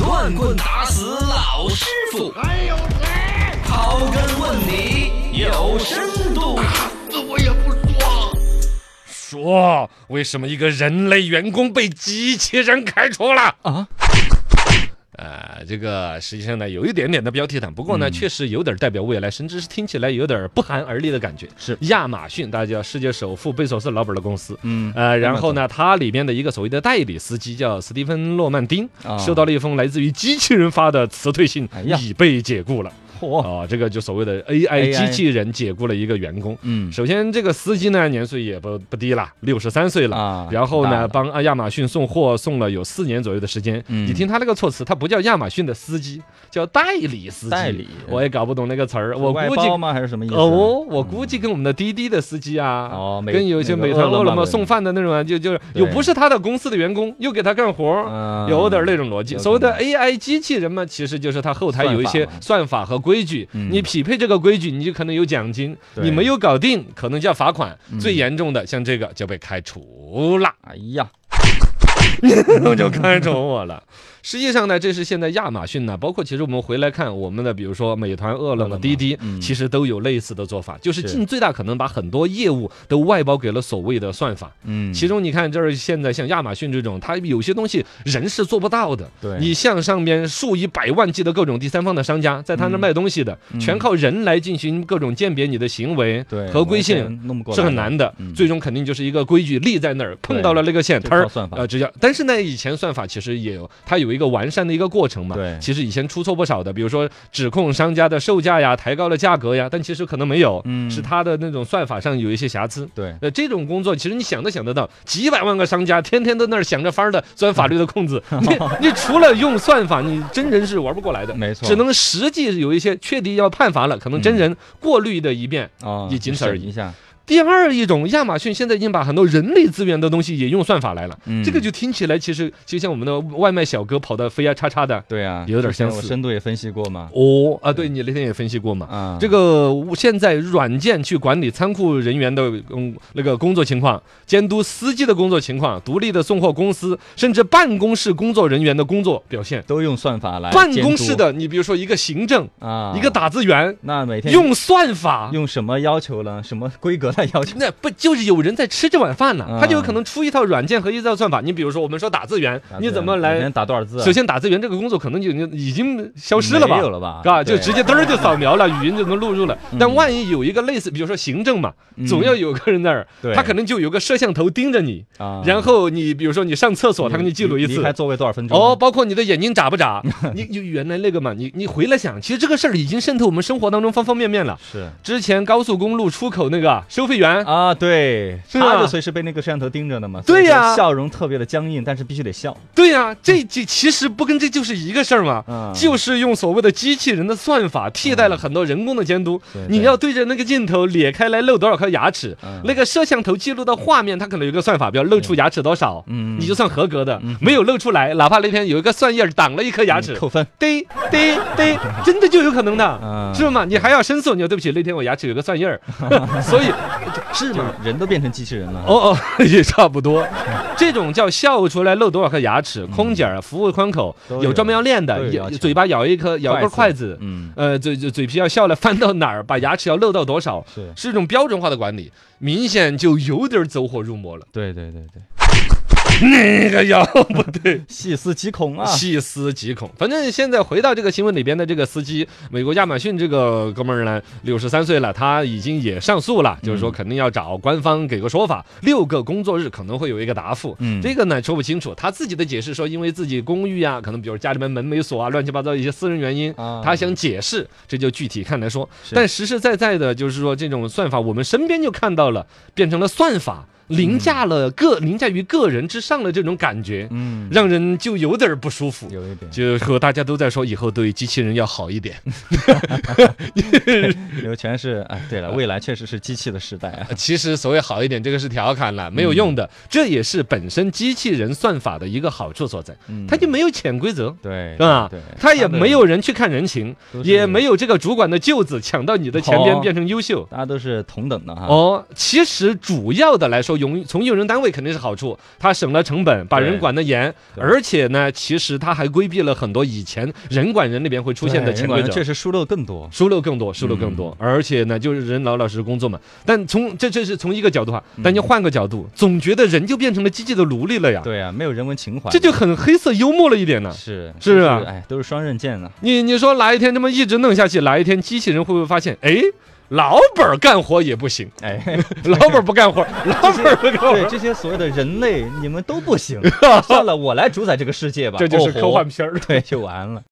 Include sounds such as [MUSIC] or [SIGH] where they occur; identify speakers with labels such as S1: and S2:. S1: 乱棍打死老师傅，
S2: 还有谁？
S1: 刨根问底有深度。
S2: 那我也不说。
S3: 说为什么一个人类员工被机器人开除了？
S4: 啊，
S3: 呃，这个实际上呢，有一点点的标题党，不过
S4: 嗯
S3: 呢，确实有点代表未来，甚至是听起来有点不寒而栗的感觉。
S4: 是
S3: 亚马逊，大家知道世界首富贝索斯老板的公司。
S4: 嗯
S3: 呃，然后呢，它里边的一个所谓的代理司机叫斯蒂芬·诺曼丁
S4: 啊，
S3: 收到了一封来自于机器人发的辞退信
S4: 哎，呀
S3: 已被解雇了。
S4: 嚯，
S3: 啊，这个就所谓的 AI 机器人解雇了一个员工。
S4: 嗯
S3: 首先，这个司机呢年岁也不不低了，六十三岁了。
S4: 啊
S3: 然后
S4: 大
S3: 呢，
S4: 了
S3: 帮啊亚马逊送货送了有四年左右的时间。
S4: 嗯
S3: 你听他那个措辞，他不叫亚马逊的司机，叫代理司机。
S4: 代理
S3: 我也搞不懂那个词儿，我
S4: 外
S3: 估计
S4: 包。吗？还是什么意思？嗯
S3: 哦，我估计跟我们的滴滴的司机啊，
S4: 哦美
S3: 跟有一些
S4: 那个
S3: 美团、
S4: 饿
S3: 饿
S4: 了
S3: 了
S4: 么
S3: 么
S4: 的
S3: 送饭的那种啊，就就是
S4: 对
S3: 又不是他的公司的员工，又给他干活儿，
S4: 嗯，
S3: 有点那种逻辑。
S4: 有
S3: 所谓的
S4: 可
S3: AI 机器人嘛，其实就是它后台
S4: 算
S3: 有一
S4: 法
S3: 些
S4: 嘛
S3: 算法和规矩，
S4: 嗯
S3: 你匹配这个规矩，你就可能有奖金；
S4: 对
S3: 你没有搞定，可能就要罚款。
S4: 嗯
S3: 最严重的，像这个就被开除了，
S4: 哎呀，
S3: [LAUGHS] 就开除我了。实际上呢，这是现在亚马逊呢，包括其实我们回来看我们的，比如说美团、饿
S4: 饿
S3: 了
S4: 了么
S3: 么、滴滴
S4: 嗯，
S3: 其实都有类似的做法，就是
S4: 是
S3: 尽最大可能把很多业务都外包给了所谓的算法。
S4: 嗯，
S3: 其中你看，就是现在像亚马逊这种，它有些东西人是做不到的。
S4: 对
S3: 你像上面数以百万计的各种第三方的商家，在他那
S4: 嗯
S3: 卖东西的，全靠人来进行各种鉴别你的行为
S4: 对
S3: 合规
S4: 我可
S3: 性。
S4: 能弄不过来
S3: 是很难的，
S4: 嗯
S3: 最终肯定就是一个规矩立在那儿，碰到了那个线
S4: 就
S3: 摊
S4: 靠
S3: 儿
S4: 算，法
S3: 呃，直接。但是呢，以前算法其实也有，它有一个完善的一个过程嘛。
S4: 对
S3: 其实以前出错不少的，比如说指控商家的售价呀，抬高了价格呀，但其实可能没有，
S4: 嗯
S3: 是它的那种算法上有一些瑕疵。
S4: 对
S3: 呃，这种工作其实你想都想得到，几百万个商家天天都那儿想着法儿的钻法律的
S4: [LAUGHS]
S3: 空子，你你除了用算法，你真人是玩不过来的，
S4: 没错嗯
S3: 只能实际有一些确定要判罚了，可能真人过滤的一遍。
S4: 啊，
S3: 也仅此而已
S4: 审一下，
S3: 第二一种，亚马逊现在已经把很多人力资源的东西也用算法来了，
S4: 嗯
S3: 这个就听起来其实就像我们的外卖小哥跑得飞呀叉叉的。
S4: 对啊，
S3: 有点
S4: 之前
S3: 相
S4: 我
S3: 似
S4: 深度也分析过嘛，
S3: 哦啊，对你那天也分析过嘛，
S4: 啊，
S3: 这个现在软件去管理仓库人员的嗯那个工作情况，监督司机的工作情况，独立的送货公司，甚至办公室工作人员的工作表现。
S4: 都用算法来
S3: 办
S4: 哎监
S3: 公
S4: 督
S3: 室的，你比如说一个行政，
S4: 啊，哎
S3: 一个打字员，
S4: 那每天
S3: 用算法。
S4: 用什么要求呢？什么规格来要求？
S3: 那不就是有人在吃这碗饭呢？
S4: 啊
S3: 他就有可能出一套软件和一套算法。你比如说，我们说打字员， [LAUGHS] 你怎么
S4: 每
S3: 来
S4: 天？打多少字啊？
S3: 首先，打字员这个工作可能就已经消失了吧？
S4: 没有了吧？
S3: 啊，就
S4: 对嗯
S3: 直接嘚儿就扫
S4: [LAUGHS]
S3: 描了，语音就能录入了。但万一有一个类似，比如说行政嘛，总要有个人那儿
S4: 对，
S3: 他可能就有个摄像头盯着你，
S4: 啊，
S3: 然后你比如说你上厕所，他给你记录一
S4: 离离
S3: 次
S4: 开。座位多少分钟？
S3: 哦，，包括你的眼睛眨
S4: [LAUGHS]
S3: 不眨，你就原来那个嘛，你你回来想，其实这个事儿已经渗透我们生活当中方方面面了。
S4: 是
S3: 之前高速公路出口那个收费员，
S4: 啊，对，
S3: 是啊
S4: 他就随时被那个摄像头盯着呢嘛。
S3: 对呀
S4: 所以说笑容特别的僵硬，但是必须得笑。
S3: 对呀、这这其实不跟这就是一个事儿嘛，
S4: 嗯
S3: 就是用所谓的机器人的算法替代了很多人工的监督。
S4: 嗯对
S3: 你要对着那个镜头咧开来露多少颗牙齿，
S4: 嗯
S3: 那个摄像头记录的画面，它可能有一个算法，比如露出牙齿多少，
S4: 嗯
S3: 你就算合格的。没有露出来，哪怕那天有一个蒜叶儿挡了一颗牙齿，
S4: 嗯扣分。
S3: 滴滴滴，真的就有可能的
S4: 嗯，
S3: 是吗？你还要申诉，你说对不起，那天我牙齿有个蒜印儿， [LAUGHS] 所以是
S4: 就？人都变成机器人了。
S3: 哦哦，也差
S4: [LAUGHS]
S3: 不多。这种叫笑出来露多少颗牙齿，空姐儿、啊服务窗口
S4: 嗯都有
S3: 有专门要练
S4: 都
S3: 的，
S4: 有
S3: 咬
S4: 要求
S3: 嘴巴咬一颗，咬一根筷子，
S4: 嗯，
S3: 呃，嘴嘴嘴皮要笑了翻到哪儿，把牙齿要露到多少，
S4: 是
S3: 是一种标准化的管理，明显就有点走火入魔了。 [LAUGHS]
S4: 对对对对，
S3: 那
S4: 哎
S3: 个要不对，
S4: 细思极恐啊。
S3: 细思极恐。反正现在回到这个新闻里边的这个司机，美国亚马逊这个哥们儿呢，六十三岁了，他已经也上
S4: 嗯
S3: 诉了，就是说肯定要找官方给个说法，六个工作日可能会有一个答复。
S4: 嗯
S3: 这个呢说不清楚，他自己的解释说，因为自己公寓啊，可能比如家里面门没锁啊，乱七八糟一些私人原因，
S4: 啊
S3: 他想解释，这就具体看来说。
S4: 是
S3: 但实实在在的，就是说这种算法，我们身边就看到了，变成了算法。凌驾了个凌驾于个人之上的这种感觉，
S4: 嗯，
S3: 让人就有点儿不舒服。
S4: 有一点
S3: 就和大家都在说，以后对机器人要好
S4: [LAUGHS]
S3: 一点。
S4: 刘全是哎，对了，未来确实是机器的时代啊。
S3: 其实所谓好一点，这个是调侃了，没有
S4: 嗯
S3: 用的。这也是本身机器人算法的一个好处所在，它就没有潜规则。
S4: 嗯对
S3: 是吧
S4: 对，？
S3: 它也
S4: 的
S3: 没有人去看人情，
S4: 都是
S3: 也没有这个主管的舅子抢到你的前边
S4: 哦啊
S3: 变成优秀。哦
S4: 大家都是同等的哈。
S3: 哦，其实主要的来说，用从用人单位肯定是好处，他省了成本，把人
S4: 对
S3: 管得严，
S4: 对
S3: 而且呢，其实他还规避了很多以前人管人里边会出现的
S4: 对
S3: 潜
S4: 人
S3: 规
S4: 管
S3: 则
S4: 人。确实疏漏更多。
S3: 疏漏更多，疏漏更多，
S4: 嗯
S3: 而且呢，就是人老老实实工作嘛。但从这这是从一个角度啊，
S4: 嗯
S3: 但就换个角度，总觉得人就变成了机器的奴隶了呀，
S4: 对啊，没有人文情怀，
S3: 这就很黑色幽默了一点呢。
S4: 是
S3: 是
S4: 就
S3: 啊
S4: 哎，都是双刃剑呢。
S3: 你你说哪一天这么一直弄下去，哪一天机器人会不会发现，哎，老本儿干活也
S4: [LAUGHS]
S3: 不行，
S4: 哎，
S3: 老本儿不干活，老本儿 [LAUGHS] 不干
S4: 对
S3: 活，
S4: 这些所谓的人
S3: [LAUGHS]
S4: 类，你们都不行。算了，我来主宰这个世界吧。
S3: 这就是
S4: 哦吼
S3: 科幻片儿。
S4: 对，就完了。